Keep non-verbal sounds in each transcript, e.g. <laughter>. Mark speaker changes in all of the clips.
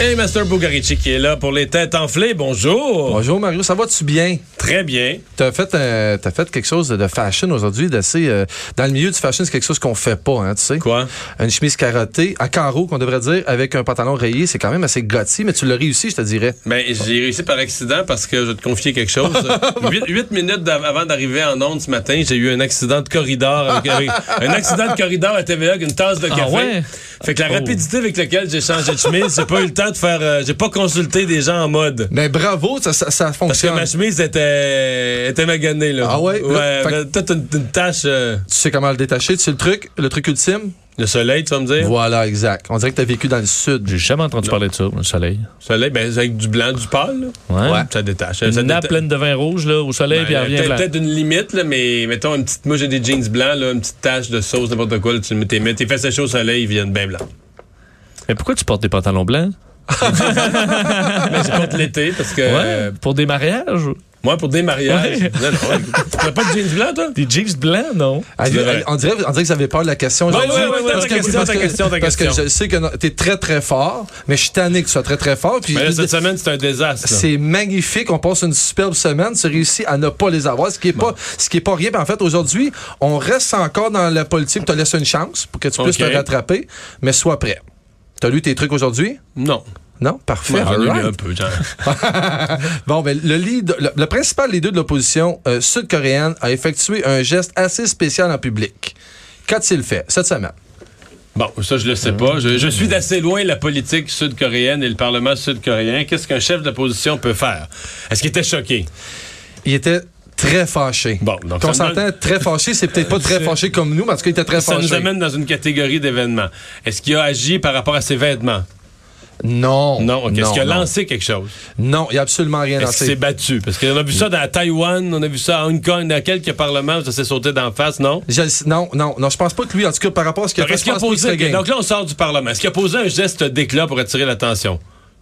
Speaker 1: Et Master Bugarici qui est là pour les têtes enflées. Bonjour.
Speaker 2: Bonjour Mario, ça va-tu bien?
Speaker 1: Très bien.
Speaker 2: T'as fait un- t'as fait quelque chose de fashion aujourd'hui, d'assez euh, dans le milieu du fashion, c'est quelque chose qu'on fait pas, hein, tu sais.
Speaker 1: Quoi?
Speaker 2: Une chemise carottée à carreaux qu'on devrait dire avec un pantalon rayé, c'est quand même assez gâti, mais tu l'as réussi, je te dirais.
Speaker 1: Ben, j'ai réussi par accident parce que je vais te confier quelque
Speaker 3: <laughs>
Speaker 1: chose. Huit, huit minutes d'av- avant d'arriver en onde ce matin, j'ai eu un accident de corridor. Avec,
Speaker 3: <laughs>
Speaker 1: avec- un accident de corridor à TVA avec une tasse de café.
Speaker 3: Ah ouais? Oh.
Speaker 1: Fait que la rapidité avec laquelle j'ai changé de chemise, j'ai pas eu le temps de faire... euh, j'ai pas consulté des gens en mode.
Speaker 2: Mais bravo, ça, ça, ça
Speaker 1: Parce que
Speaker 2: fonctionne.
Speaker 1: ma chemise était, était maganée, là.
Speaker 2: Ah ouais?
Speaker 1: Ouais,
Speaker 2: Là, fait-
Speaker 1: ben, toute une, une tache... euh,
Speaker 2: Tu sais comment le détacher, tu sais le truc, le truc ultime?
Speaker 1: le soleil, tu vas me dire?
Speaker 2: Voilà, exact. On dirait que t'as vécu dans le sud.
Speaker 3: J'ai jamais entendu parler de ça, le soleil.
Speaker 1: soleil, ben, avec du blanc, du pâle, là.
Speaker 3: Ouais.
Speaker 1: Ça détache.
Speaker 3: Une
Speaker 1: ça
Speaker 3: nappe
Speaker 1: déta-
Speaker 3: pleine de vin rouge là, au soleil,
Speaker 1: Ben,
Speaker 3: Eh, puis elle revient
Speaker 1: peut-être,
Speaker 3: blanc.
Speaker 1: peut-être une limite, là, mais mettons une petite. Moi, j'ai des jeans blancs, là, une petite tache de sauce, n'importe quoi. là, tu le mets, t'es mets- t'es fait sécher au soleil, ils viennent bien blancs.
Speaker 3: Mais pourquoi tu portes des pantalons blancs?
Speaker 1: Mais c'est contre l'été, parce que.
Speaker 3: Ah. Ouais,
Speaker 1: euh,
Speaker 3: pour des mariages?
Speaker 1: moi, pour des mariages.
Speaker 3: Ouais.
Speaker 1: Non, non,
Speaker 3: <laughs>
Speaker 1: écoute, tu n'as pas de jeans blancs, toi?
Speaker 3: Des jeans blancs, non?
Speaker 2: Ah,
Speaker 1: C'est vrai.
Speaker 2: on, dirait, on dirait que vous avez peur de la question aujourd'hui.
Speaker 1: ouais, ouais, ouais,
Speaker 2: parce
Speaker 1: ta
Speaker 2: que,
Speaker 1: question,
Speaker 2: parce
Speaker 1: ta
Speaker 2: que-
Speaker 1: question, ta
Speaker 2: parce que
Speaker 1: question.
Speaker 2: je sais que non- t'es très, très fort, mais je suis tanné que tu sois très, très fort. Puis
Speaker 1: Mais Ben là, cette semaine, c'est un désastre. là.
Speaker 2: C'est magnifique. On passe une superbe semaine. Tu réussis à ne pas les avoir, ce qui est pas, ce qui est pas rien. Puis en fait, aujourd'hui, on reste encore dans la politique. Tu laisses une chance pour que tu puisses
Speaker 1: Ok.
Speaker 2: te rattraper, mais sois prêt. T'as lu tes trucs aujourd'hui?
Speaker 1: Non.
Speaker 2: Non? Parfait.
Speaker 1: Moi, j'en ai lu
Speaker 2: Alright.
Speaker 1: un peu, genre.
Speaker 2: <laughs> Bon, ben, le, lead, le, le principal leader de l'opposition euh, sud-coréenne a effectué un geste assez spécial en public. Qu'a-t-il fait cette semaine?
Speaker 1: Bon, ça, je le sais pas. Je, je suis d'assez loin la politique sud-coréenne et le Parlement sud-coréen. Qu'est-ce qu'un chef d'opposition peut faire? Est-ce qu'il était choqué?
Speaker 2: Il était très fâché.
Speaker 1: Bon, donc
Speaker 2: Qu'on
Speaker 1: ça me donne-
Speaker 2: s'entend très fâché, c'est peut-être
Speaker 1: <laughs>
Speaker 2: pas très fâché comme nous, mais en tout cas, il était très
Speaker 1: Ça
Speaker 2: fâché.
Speaker 1: nous amène dans une catégorie d'événements. Est-ce qu'il a agi par rapport à ses vêtements?
Speaker 2: Non.
Speaker 1: Non, ok. Est-ce qu'il a
Speaker 2: non.
Speaker 1: lancé quelque chose?
Speaker 2: Non, il n'y a absolument rien
Speaker 1: Est-ce qu'il
Speaker 2: lancé.
Speaker 1: s'est battu? Parce qu'on a vu ça dans Taïwan, on a vu ça à Hong Kong, dans quelques parlements, ça s'est sauté d'en face, non?
Speaker 2: Je le sais- non, non, non, je pense pas que lui, en tout cas, par rapport à ce qu'il a
Speaker 1: Alors,
Speaker 2: fait,
Speaker 1: Est-ce
Speaker 2: je
Speaker 1: qu'il a
Speaker 2: pense pas qu'il
Speaker 1: posé.
Speaker 2: serait game.
Speaker 1: Donc là, on sort du Parlement. Est-ce qu'il a posé un geste d'éclat pour attirer l'attention?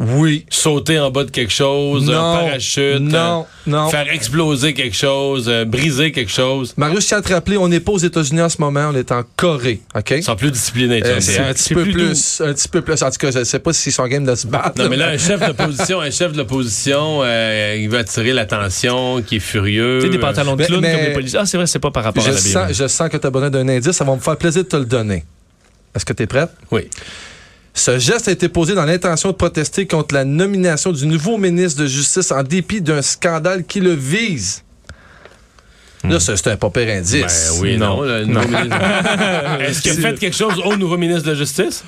Speaker 2: Oui.
Speaker 1: Sauter en bas de quelque chose,
Speaker 2: Non.
Speaker 1: un parachute,
Speaker 2: Non,
Speaker 1: euh,
Speaker 2: non.
Speaker 1: faire exploser quelque chose, euh, briser quelque chose.
Speaker 2: Marius, je tiens à te rappeler, on n'est pas aux États-Unis en ce moment, on est en Corée, OK?
Speaker 1: Ils sont plus disciplinés. tu
Speaker 2: Euh,
Speaker 1: vois,
Speaker 2: c'est
Speaker 1: mais-
Speaker 2: un
Speaker 3: c'est
Speaker 2: petit peu
Speaker 3: plus
Speaker 2: plus, un petit peu plus. En tout cas, je ne sais pas s'ils sont game de se battre.
Speaker 1: Non, mais là, un chef d'opposition, un chef de l'opposition, euh, il veut attirer l'attention, qui est furieux.
Speaker 3: Tu sais, des pantalons de
Speaker 1: ben,
Speaker 2: mais-
Speaker 3: clown
Speaker 2: mais-
Speaker 3: comme les policiers. Ah, c'est vrai, c'est pas par rapport
Speaker 2: je,
Speaker 3: à la
Speaker 1: hein.
Speaker 2: sens, je sens que tu as besoin d'un indice, ça va me faire plaisir de te le donner. Est-ce que tu es prête?
Speaker 1: Oui.
Speaker 2: Ce geste a été posé dans l'intention de protester contre la nomination du nouveau ministre de Justice en dépit d'un scandale qui le vise. Là, ça, c'est un pas pire indice.
Speaker 1: Hmm. Ben oui, non.
Speaker 3: Non.
Speaker 1: le nouveau ministre- Est-ce qu'il a fait quelque chose au nouveau ministre de la Justice?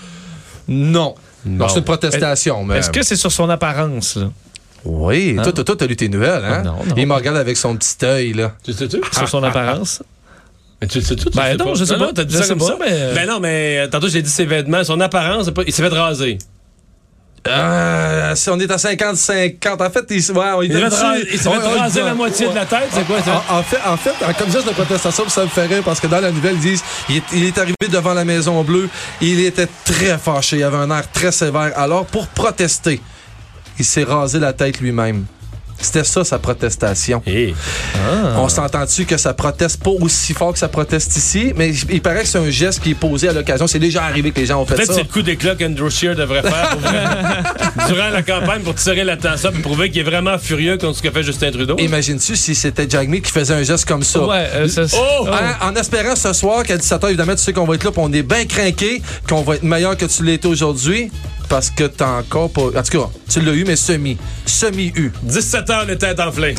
Speaker 2: Non.
Speaker 1: Bon.
Speaker 2: Non, c'est une protestation. Hein? mais-
Speaker 3: Est-ce que c'est sur son apparence, là?
Speaker 2: Oui. Toi, toi, toi, t'as lu tes nouvelles, hein?
Speaker 3: Non, non.
Speaker 2: Il me regarde avec son petit œil, là.
Speaker 1: Tu le sais-tu?
Speaker 3: Sur son apparence?
Speaker 1: Mais tu le sais-tu? tu
Speaker 3: Ah. Ben
Speaker 1: le sais
Speaker 3: non, je sais
Speaker 1: non,
Speaker 3: pas.
Speaker 1: non, t'as dit
Speaker 3: Je
Speaker 1: ça
Speaker 3: sais
Speaker 1: comme
Speaker 3: pas,
Speaker 1: ça.
Speaker 3: mais-
Speaker 1: Ben non, mais euh, tantôt, j'ai dit ses vêtements, son apparence, c'est pas- il s'est fait raser.
Speaker 2: Ah, si on est à 50-50, en fait, ils, ouais, on y
Speaker 1: Il s'est
Speaker 2: donne
Speaker 1: fait, ra- il s'est
Speaker 2: on-
Speaker 1: fait
Speaker 2: on-
Speaker 1: raser
Speaker 2: on-
Speaker 1: la moitié de la tête, c'est quoi ça?
Speaker 2: En, en fait, en fait, en- comme geste de protestation, puis ça me fait rire parce que dans la nouvelle, ils disent il est, il est arrivé devant la Maison Bleue, il était très fâché, il avait un air très sévère. Alors, pour protester, il s'est rasé la tête lui-même. C'était ça, sa protestation.
Speaker 1: Hey.
Speaker 2: On s'entend-tu que ça proteste pas aussi fort que ça proteste ici? Mais il il paraît que c'est un geste qui est posé à l'occasion. C'est déjà arrivé que les gens ont fait
Speaker 1: Peut-être
Speaker 2: ça.
Speaker 1: que c'est le coup d'éclat qu'Andrew Shear devrait faire pour vraiment- durant la campagne pour tirer l'attention et prouver qu'il est vraiment furieux contre ce que fait Justin Trudeau.
Speaker 2: Imagine-tu si c'était Jagmeet qui faisait un geste comme ça?
Speaker 3: Ouais, euh, ça, c'est-
Speaker 1: Oh!
Speaker 2: Hein, en espérant ce soir qu'à 17h, évidemment, tu sais qu'on va être là, puis on est bien craqué, qu'on va être meilleur que tu l'étais aujourd'hui, parce que t'as encore pas. En tout cas, tu l'as eu, mais semi. Semi-U.
Speaker 1: 17 heures, les têtes enflées.